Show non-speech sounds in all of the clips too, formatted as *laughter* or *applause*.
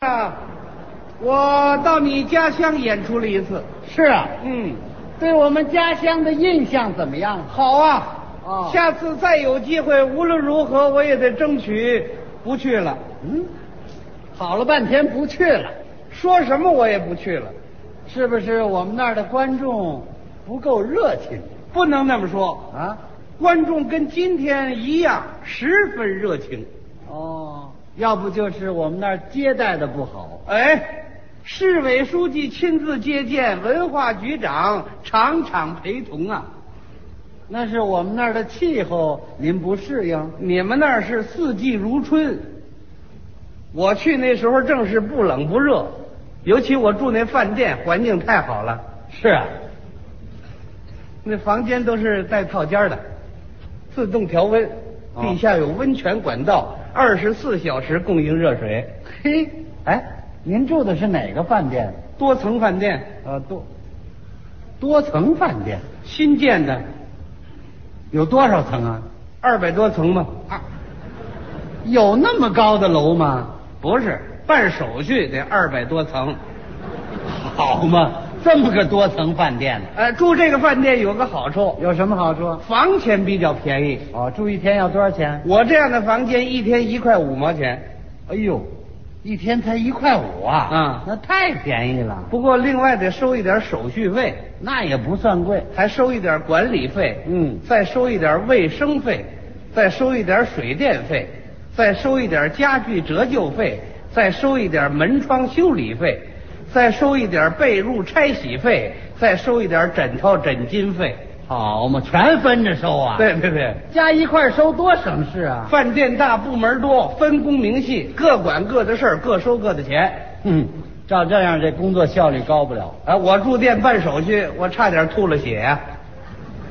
啊，我到你家乡演出了一次。是啊，嗯，对我们家乡的印象怎么样？好啊。哦下次再有机会，无论如何我也得争取不去了。嗯，好了半天不去了，说什么我也不去了，是不是我们那儿的观众不够热情不能那么说。啊？观众跟今天一样，十分热情。哦，要不就是我们那儿接待的不好。哎，市委书记亲自接见，文化局长场场陪同啊。那是我们那儿的气候，您不适应。你们那儿是四季如春，我去那时候正是不冷不热，尤其我住那饭店，环境太好了，是啊，那房间都是带套间的，自动调温，哦地下有温泉管道，二十四小时供应热水，嘿，哎，您住的是哪个饭店？多层饭店呃，多多层饭店，新建的，有多少层啊？二百多层吗？啊，有那么高的楼吗？不是，办手续得二百多层。好嘛，这么个多层饭店呢，呃，住这个饭店有个好处，有什么好处？房钱比较便宜，哦，住一天要多少钱？我这样的房间一天一块五毛钱。哎呦，一天才一块五啊！嗯那太便宜了，不过另外得收一点手续费，那也不算贵。还收一点管理费，嗯再收一点卫生费，再收一点水电费，再收一点家具折旧费，再收一点门窗修理费，再收一点被褥拆洗费，再收一点枕头枕巾费。好嘛，全分着收啊！，对对对，加一块收多省事啊！饭店大，部门多，分工明细，各管各的事儿，各收各的钱。嗯，照这样这工作效率高不了。啊，我住店办手续，我差点吐了血呀、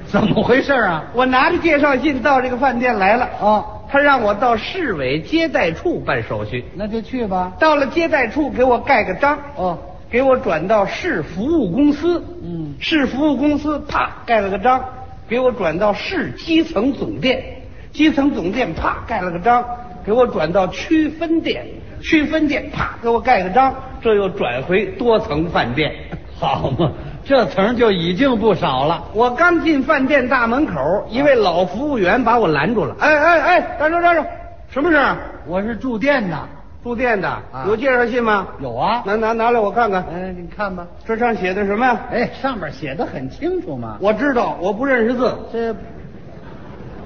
怎么回事啊？我拿着介绍信到这个饭店来了。哦，他让我到市委接待处办手续，那就去吧。到了接待处给我盖个章，哦，给我转到市服务公司。嗯市服务公司啪盖了个章，给我转到市基层总店，基层总店啪盖了个章，给我转到区分店，区分店啪给我盖个章，这又转回多层饭店。好嘛，这层就已经不少了。我刚进饭店大门口，一位老服务员把我拦住了。啊哎哎哎，站住站住，什么事儿？啊我是住店的，住店的、有介绍信吗？有啊。拿拿拿来我看看，哎，你看吧。这上写的什么呀？哎，上面写的很清楚嘛。我知道，我不认识字。这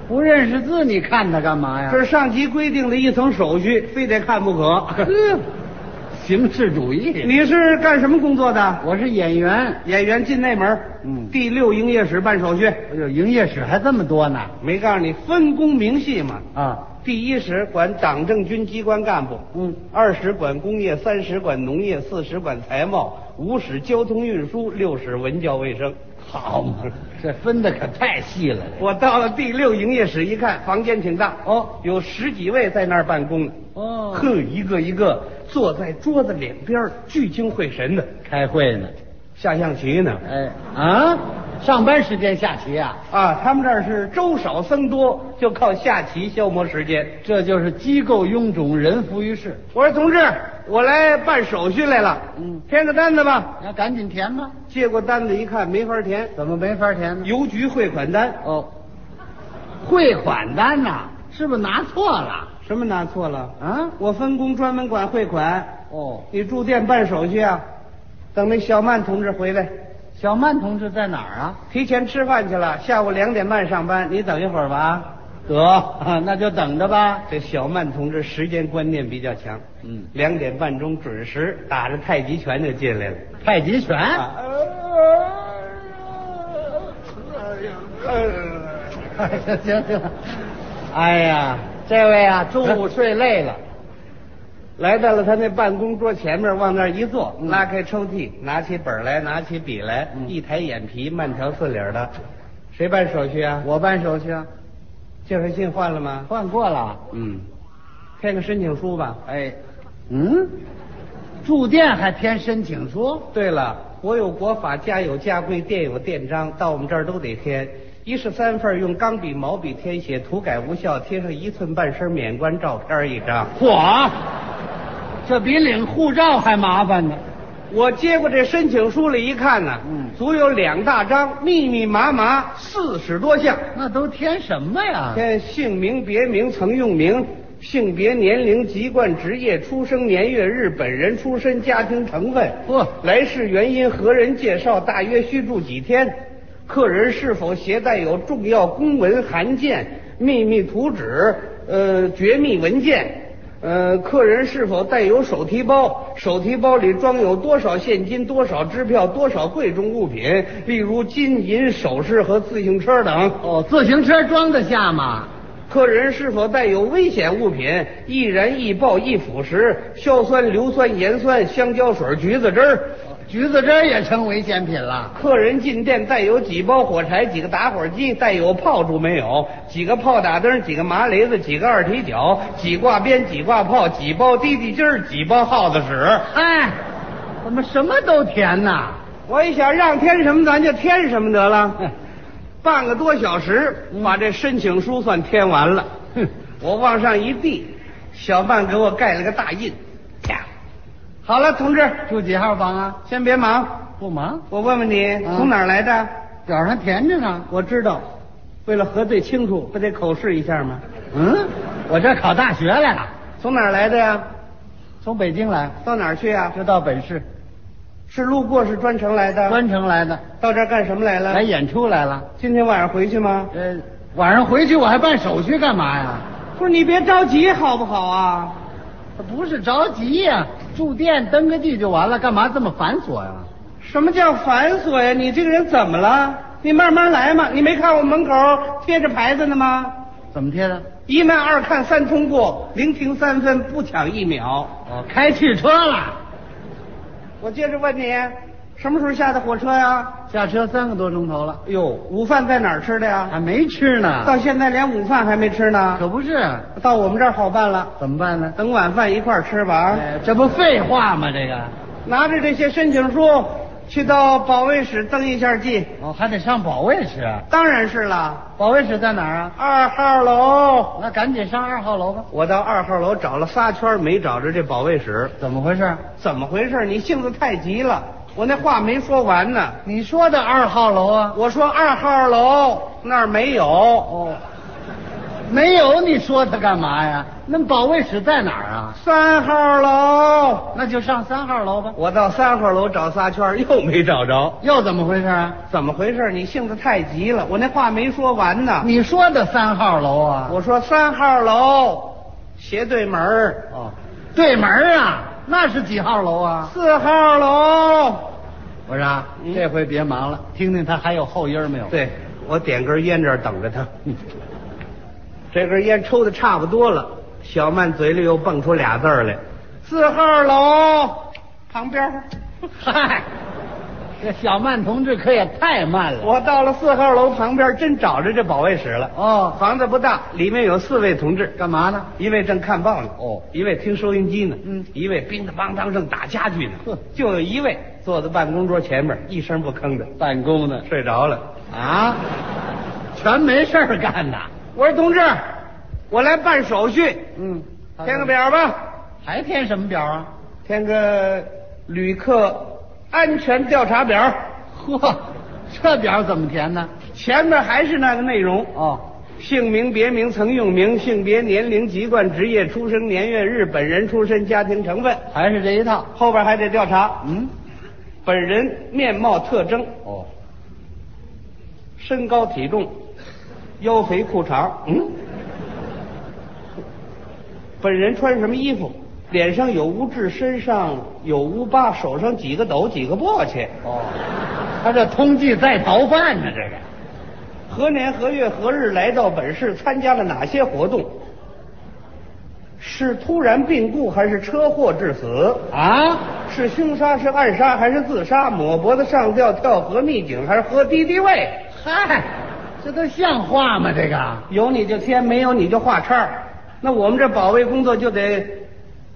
不认识字，你看它干嘛呀？这是上级规定的一层手续，非得看不 *laughs* 可。呵，形式主义。你是干什么工作的？我是演员，演员进内门，嗯第六营业室办手续。哎呦，营业室还这么多呢没告诉你分工明细吗？啊！第一室管党政军机关干部，嗯，二室管工业，三室管农业，四室管财贸，五室交通运输，六室文教卫生。好嘛，这分的可太细了。我到了第六营业室一看，房间挺大哦有十几位在那儿办公呢。哦哼，哼，一个一个坐在桌子两边儿，聚精会神的开会呢。下象棋呢。哎啊，上班时间下棋啊，啊，他们这儿是粥少僧多，就靠下棋消磨时间。这就是机构臃肿，人浮于事。我说同志，我来办手续来了，嗯填个单子吧。那赶紧填吧。接过单子一看，没法填，怎么没法填呢？邮局汇款单，哦，汇款单呐、是不是拿错了什么拿错了？啊？我分工专门管汇款，哦，你住店办手续啊。等那小曼同志回来，小曼同志在哪儿啊？提前吃饭去了，下午两点半上班，你等一会儿吧啊。 *laughs* 得，那就等着吧。这小曼同志时间观念比较强，嗯，两点半钟准时打着太极拳就进来了。太极拳，啊行行行。哎呀，这位啊，中午睡累了，来到了他那办公桌前面，往那儿一坐，嗯拉开抽屉，拿起本儿来，拿起笔来，嗯一抬眼皮，慢条斯理儿的。谁办手续啊？我办手续啊，介绍信换了吗？换过了。嗯，填个申请书吧。哎，嗯，住店还填申请书？对了，国有国法，家有家规，店有店章，到我们这儿都得填。一式三份儿用钢笔、毛笔填写，涂改无效，贴上一寸半身免冠照片儿一张。嚯，这比领护照还麻烦呢。我接过这申请书来一看呢、嗯足有两大张，密密麻麻四十多项，那都填什么呀？这姓名、别名、曾用名、性别、年龄、籍贯、职业、出生年月日、本人出身、家庭成分、嚯来世原因、何人介绍、大约居住几天、客人是否携带有重要公文函件、秘密图纸、呃绝密文件。呃，客人是否带有手提包？手提包里装有多少现金、多少支票、多少贵重物品，例如金银首饰和自行车等？哦，自行车装得下吗？客人是否带有危险物品，易燃、易爆、易腐蚀，硝酸、硫酸、盐酸、香蕉水、橘子汁儿。橘子汁儿也成危险品了。客人进店带有几包火柴、几个打火机，带有炮竹没有？几个炮打灯、几个麻雷子、几个二踢脚、几挂鞭、几挂炮、几包滴滴筋儿、几包耗子屎。哎，怎么什么都填呐？我一想，让添什么咱就添什么得了。 *laughs* 半个多小时，把这申请书算填完了。哼，我往上一递，小曼给我盖了个大印。啪好了，同志，住几号房啊？先别忙，不忙，我问问你啊从哪儿来的？表上填着呢。我知道，为了核对清楚，不得口试一下吗？嗯，我这考大学来了，从哪儿来的呀？从北京来，到哪儿去呀？就到本市，是路过，是专程来的？专程来的，到这儿干什么来了？来演出来了。今天晚上回去吗？呃，晚上回去我还办手续干嘛呀？不是，你别着急好不好啊？不是着急呀、住店登个记就完了，干嘛这么繁琐呀、什么叫繁琐呀？你这个人怎么了？你慢慢来嘛。你没看我门口贴着牌子呢吗？怎么贴的？一慢二看三通过，零停三分，不抢一秒。哦，开汽车了，我接着问你，什么时候下的火车呀？下车三个多钟头了，哎呦，午饭在哪儿吃的呀？还没吃呢。到现在连午饭还没吃呢。可不是，到我们这儿好办了，怎么办呢？等晚饭一块儿吃吧啊！哎，这不废话吗？这个拿着这些申请书，去到保卫室登一下记。哦，还得上保卫室。当然是了，保卫室在哪儿啊？二号楼。那赶紧上二号楼吧。我到二号楼找了仨圈儿，没找着这保卫室，怎么回事？怎么回事？你性子太急了，我那话没说完呢。你说的二号楼啊？我说二号楼那儿没有，哦，没有，你说它干嘛呀？那保卫室在哪儿啊？三号楼。那就上三号楼吧。我到三号楼找仨圈儿，又没找着，又怎么回事啊？怎么回事？你性子太急了，我那话没说完呢。你说的三号楼啊？我说三号楼斜对门儿哦，对门儿啊，那是几号楼啊？四号楼。我说啊嗯这回别忙了，听听他还有后音儿没有？，对，我点根烟这儿等着他。 *laughs* 这根烟抽的差不多了，小曼嘴里又蹦出俩字儿来：四号楼旁边儿。 *laughs* 嗨，这小曼同志可也太慢了。我到了四号楼旁边儿，真找着这保卫室了。哦，房子不大，里面有四位同志。干嘛呢？一位正看报呢，哦一位听收音机呢，嗯一位乒当乓当正打家具呢呵，就有一位坐在办公桌前面一声不吭的办公呢。睡着了。啊，全没事儿干呐。我说同志，我来办手续，嗯，填个，表吧，还填什么表啊？填个旅客安全调查表，呵，这表怎么填呢？前面还是那个内容。哦，姓名、别名、曾用名、性别、年龄、籍贯、职业、出生年月日、本人出身、家庭成分，还是这一套。后边还得调查嗯，本人面貌特征、哦，身高体重、腰肥裤长。嗯，本人穿什么衣服？脸上有污痣，身上有污疤，手上几个斗，几个簸箕。哦，他这通缉在逃犯呢，这个。何年何月何日来到本市？参加了哪些活动？是突然病故还是车祸致死？啊，是凶杀是暗杀还是自杀？抹脖子上吊、跳河溺井还是喝敌敌畏？嗨，这都像话吗？这个有你就添，没有你就画叉儿。那我们这保卫工作就得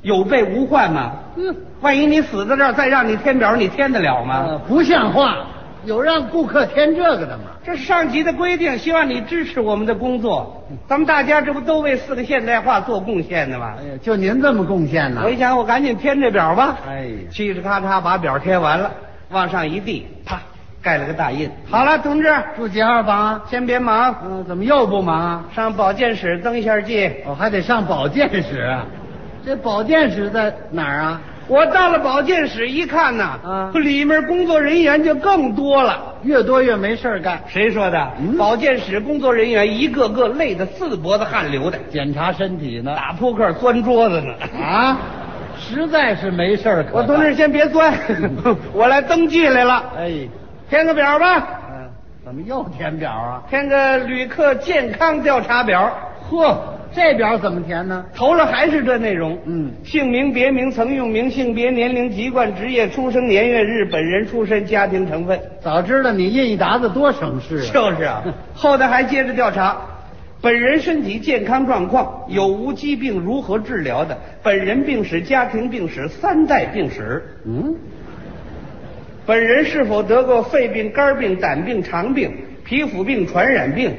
有备无患嘛。嗯，嗯万一你死在这儿，再让你填表，你填得了吗？呃不像话。有让顾客添这个的吗？这是上级的规定，希望你支持我们的工作。咱们大家这不都为四个现代化做贡献呢吗哎？呀，就您这么贡献呢我？一想，我赶紧填这表吧。哎呀嘁哧咔嚓把表填完了，往上一递，啪，盖了个大印。好了，同志，住几号房啊？先别忙，嗯，怎么又不忙啊？上保健室登一下记。我、还得上保健室啊。这保健室在哪儿啊？我到了保健室一看呐，啊里面工作人员就更多了。越多越没事儿干，谁说的？嗯保健室工作人员一个个累得四脖子汗流的，检查身体呢。打扑克钻桌子呢。啊，实在是没事儿可我干同志，先别 *laughs* 钻，我来登记来了，哎，填个表吧，嗯，怎么又填表啊？填个旅客健康调查表，呵，这表怎么填呢？投了还是这内容。嗯，姓名、别名、曾用名、性别、年龄、籍贯、职业、出生年月日、本人出身、家庭成分。早知道你印一沓子多省事啊！就是啊，后头还接着调查，本人身体健康状况，有无疾病，如何治疗的，本人病史、家庭病史、三代病史，嗯，本人是否得过肺病、肝病、胆病、肠病、皮肤病、传染病、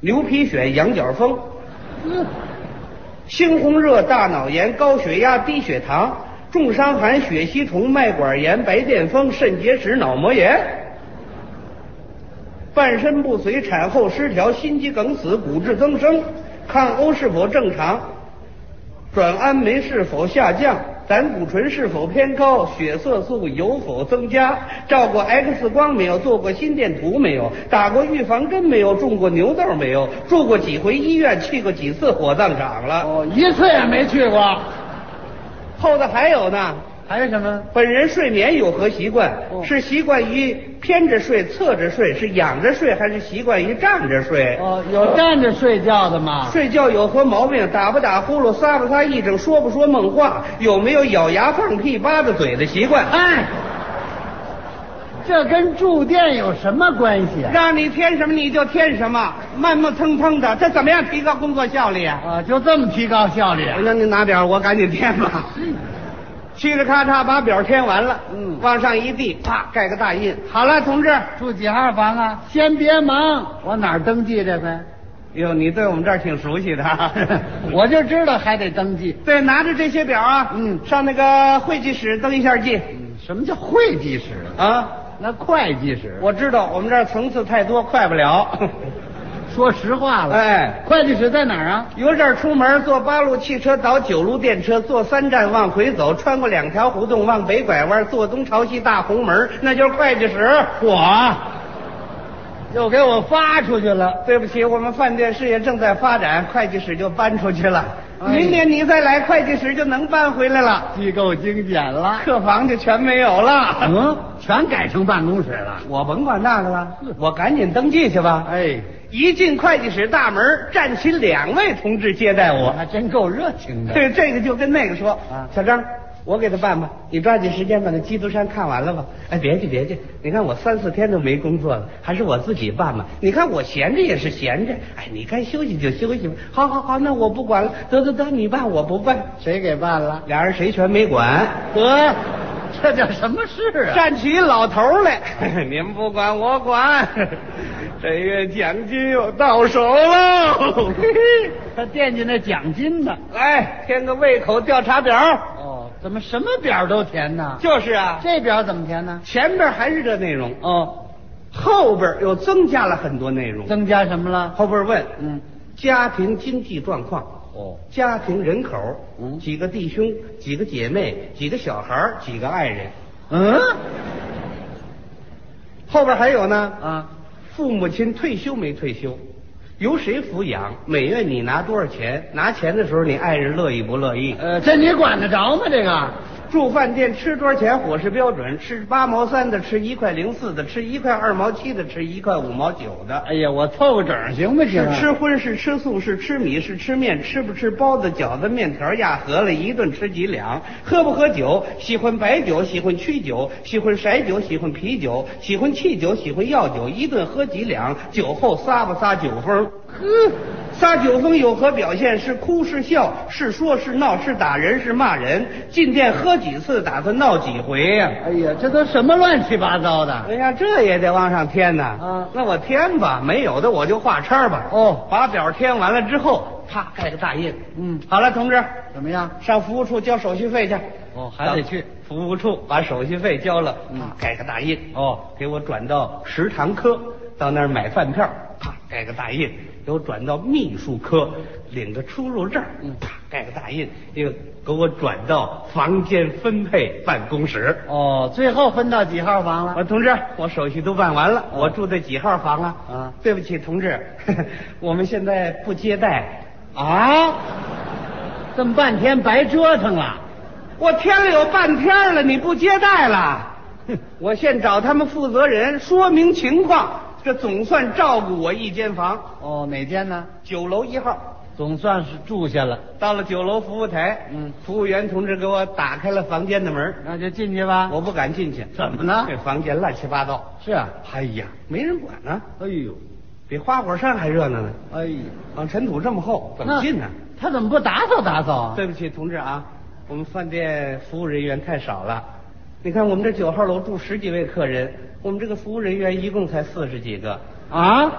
牛皮癣、羊角风、嗯猩红热、大脑炎、高血压、低血糖、重伤寒、血吸虫、脉管炎、白癜风、肾结石、脑膜炎。半身不遂、产后失调、心肌梗死、骨质增生、抗欧是否正常、转氨酶是否下降、胆固醇是否偏高、血色素有否增加、照过 X 光没有、做过心电图没有、打过预防针没有、种过牛痘没有、住过几回医院、去过几次火葬场了。哦，一次也没去过。后头还有呢，还有什么？本人睡眠有何习惯？哦是习惯于偏着睡、侧着睡，是仰着睡，还是习惯于站着睡？哦，有站着睡觉的吗？睡觉有何毛病？打不打呼噜？撒不撒癔症？说不说梦话？有没有咬牙放屁、吧嗒嘴的习惯？哎，这跟住店有什么关系啊？让你添什么你就添什么，慢慢腾腾的，这怎么样提高工作效率啊？啊，就这么提高效率啊？让哎你拿表，我赶紧填吧。 *laughs* 嘁哩咔嚓把表填完了，嗯往上一递，啪盖个大印。好了，同志，住几号房啊？先别忙，往哪儿登记这回？。哟，你对我们这儿挺熟悉的、啊 *laughs* 我就知道还得登记。对，拿着这些表啊，嗯上那个会计室登一下记什么叫会计室？啊。那会计室。我知道我们这儿层次太多，快不了。 *laughs* 说实话了，哎，会计室在哪儿啊？由这儿出门，坐八路汽车倒九路电车，坐三站往回走，穿过两条胡同往北拐弯，坐东朝西大红门，那就是会计室。我，又给我发出去了。对不起，我们饭店事业正在发展，会计室就搬出去了。哎明年你再来，会计室就能搬回来了，机构精简了，客房就全没有了。嗯，全改成办公室了。我甭管那个了是，我赶紧登记去吧。哎，一进会计室大门，站起两位同志接待我我。还真够热情的。对，这个就跟那个说啊，小张，我给他办吧，你抓紧时间把那《基督山》看完了吧。哎，别介别介，你看我三四天都没工作了，还是我自己办吧。你看我闲着也是闲着，哎，你该休息就休息吧。好好好，那我不管了，得得得，你办我不办。谁给办了？俩人谁全没管，得，这叫什么事啊？站起老头儿来， *laughs* 您不管我管，这月奖金又到手 *laughs* 喽。他惦记那奖金呢。来，填哎个胃口调查表。哦，怎么什么表都填呢？就是啊，这表怎么填呢？前边还是这内容，哦，后边又增加了很多内容。增加什么了？后边问嗯，家庭经济状况、哦，家庭人口、嗯几个弟兄、几个姐妹、几个小孩儿、几个爱人。嗯，后边还有呢，啊，父母亲退休没退休，由谁抚养，每月你拿多少钱，拿钱的时候你爱人乐意不乐意？呃，这你管得着吗？这个？住饭店吃多少钱伙食标准？吃八毛三的，吃一块零四的，吃一块二毛七的，吃一块五毛九的。哎呀，我凑个整儿行不行、是啊？吃荤是吃素是吃米是吃面，吃不吃包子饺子面条压合了，一顿吃几两？喝不喝酒？喜欢白酒，喜欢曲酒，喜欢色酒，喜欢啤酒，喜欢汽酒，喜欢药酒，一顿喝几两？酒后撒不撒酒疯？呵，撒酒疯有何表现？是哭是笑，是说是闹，是打人是骂人。进店喝几次，打算闹几回呀、哎呀，这都什么乱七八糟哎的？呀，这也得往上添呐！啊那我添吧，没有的我就画叉吧。哦把表添完了之后，啪盖个大印。嗯好了，同志，怎么样？上服务处交手续费去。哦还得去服务处把手续费交了，嗯啪盖个大印。哦，给我转到食堂科，到那儿买饭票，啪盖个大印。给我转到秘书科，领个出入证，嗯啪盖个大印。又给我转到房间分配办公室。哦，最后分到几号房我了？同志，我手续都办完了，嗯我住在几号房啊？啊对不起，同志， *laughs* 我们现在不接待。啊，这么半天白折腾了。我添了有半天了，你不接待 *laughs* 了，我现找他们负责人说明情况，这总算照顾我一间房，哦，哪间呢？九楼一号。总算是住下了，到了九楼服务台，嗯服务员同志给我打开了房间的门，那就进去吧。我不敢进去，啊怎么呢这房间乱七八糟，是啊，哎呀，没人管呢，哎呦，比花果山还热闹呢。哎呀，啊，尘土这么厚，怎么进呢？那？他怎么不打扫打扫啊？对不起，同志啊，我们饭店服务人员太少了。你看，我们这九号楼住十几位客人，我们这个服务人员一共才四十几个啊，啊，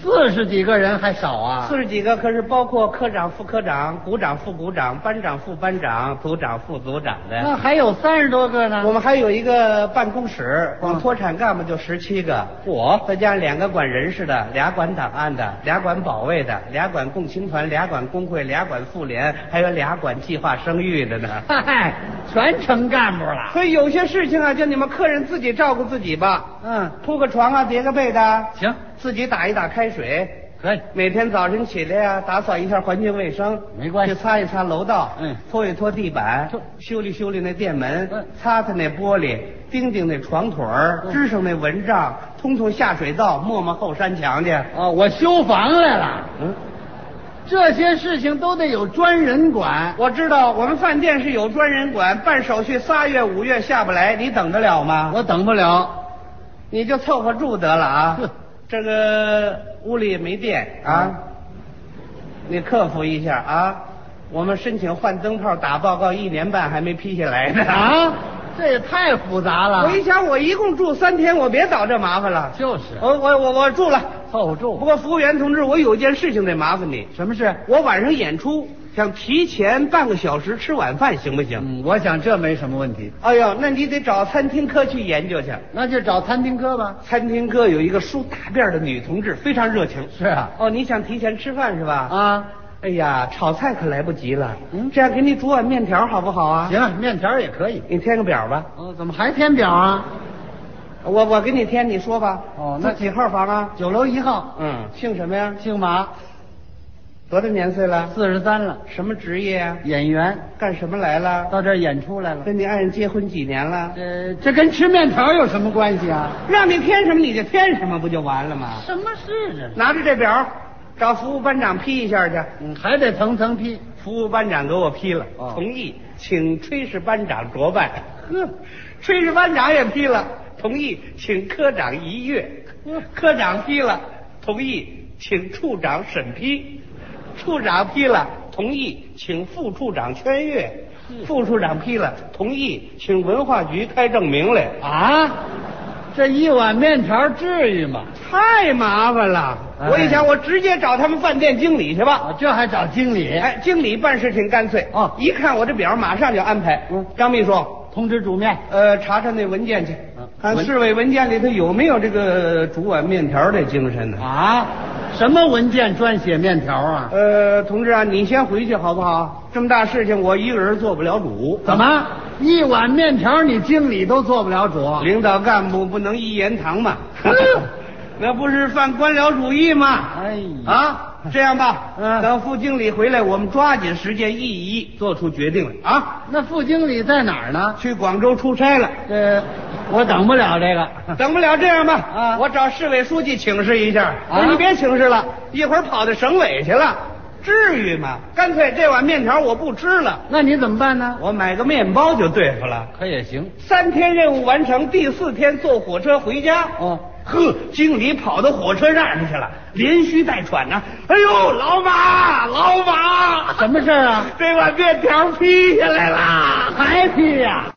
四十几个人还少啊？四十几个可是包括科长、副科长、股长、副股长、班长、副班长、组长、副组长那的。还有三十多个呢。我们还有一个办公室，光嗯脱产干部就十七个，嚯再加上两个管人事的，俩管档案的，俩管保卫的，俩管共青团，俩管工会，俩管妇联，还有俩管计划生育的呢。嗨，全成干部了。所以有些事情啊，就你们客人自己照顾自己吧。嗯，铺个床啊，叠个被的，行，自己打一打开水。可以。每天早晨起来呀、打扫一下环境卫生，没关系去擦一擦楼道，嗯拖一拖地板就，修理修理那店门，嗯擦擦那玻璃，钉钉那床腿儿，嗯支上那蚊帐，通通下水道，抹抹后山墙去。哦，我修房来了，嗯，这些事情都得有专人管。我知道我们饭店是有专人管，办手续仨月五月下不来，你等得了吗？我等不 *laughs* 了。你就凑合住得了啊哼。这个屋里也没电啊，你克服一下啊。我们申请换灯泡，打报告一年半还没批下来呢。！啊，这也太复杂了。我一想，我一共住三天，我别找这麻烦了。就是我我我我住了。凑合不住。过服务员同志，我有一件事情得麻烦你。什么事？我晚上演出，想提前半个小时吃晚饭，行不行？嗯，我想这没什么问题。哎呦，那你得找餐厅科去研究去。那就找餐厅哥吧。餐厅科有一个梳大辫儿的女同志，非常热情。是啊。哦，你想提前吃饭是吧？，啊，哎呀，炒菜可来不及了。嗯这样给你煮碗面条好不好啊？，行，面条也可以。你填个表吧。哦，怎么还填表啊？我我给你填，你说吧。哦那住几号房啊？九楼一号，嗯，姓什么呀？姓马，多大年岁了？四十三了，什么职业啊？演员，干什么来了？到这儿演出来了。跟你爱人结婚几年了？这这跟吃面条有什么关系啊？让你填什么你就填什么，不就完了吗？什么事啊这是？拿着这表，找服务班长批一下去。嗯，还得层层批。服务班长给我批了，哦同意，请炊事班长酌办。呵，炊事班长也批了，同意，请科长一阅。嗯科长批了，同意，请处长审批。处长批了，同意，请副处长圈阅。副处长批了，同意，请文化局开证明来。啊，这一碗面条至于吗？太麻烦了！哎我一想，我直接找他们饭店经理去吧。啊，这还找经理？哎，经理办事挺干脆哦一看我这表，马上就安排。嗯张秘书，通知煮面。呃，查查那文件去嗯，看文市委文件里头有没有这个煮碗面条的精神呢？啊，什么文件专写面条啊？呃，同志啊，你先回去好不好？这么大事情，我一个人做不了主。怎么一碗面条你经理都做不了主？领导干部不能一言堂 *laughs* 嘛 *laughs* 嗯，那不是犯官僚主义吗？哎呀，啊，这样吧，嗯等副经理回来，我们抓紧时间一一做出决定来啊。那副经理在哪儿呢？去广州出差了。这我等不了这个。 *laughs* 等不了，这样吧，啊我找市委书记请示一下。啊你别请示了，一会儿跑到省委去了。至于吗？干脆这碗面条我不吃了，那你怎么办呢？我买个面包就对付了。可也行。三天任务完成，第四天坐火车回家。哦，呵，经理跑到火车站上去了，连嘘带喘呐、哎呦，老马，老马， *laughs* 什么事儿啊？这碗面条劈下来了。还批呀、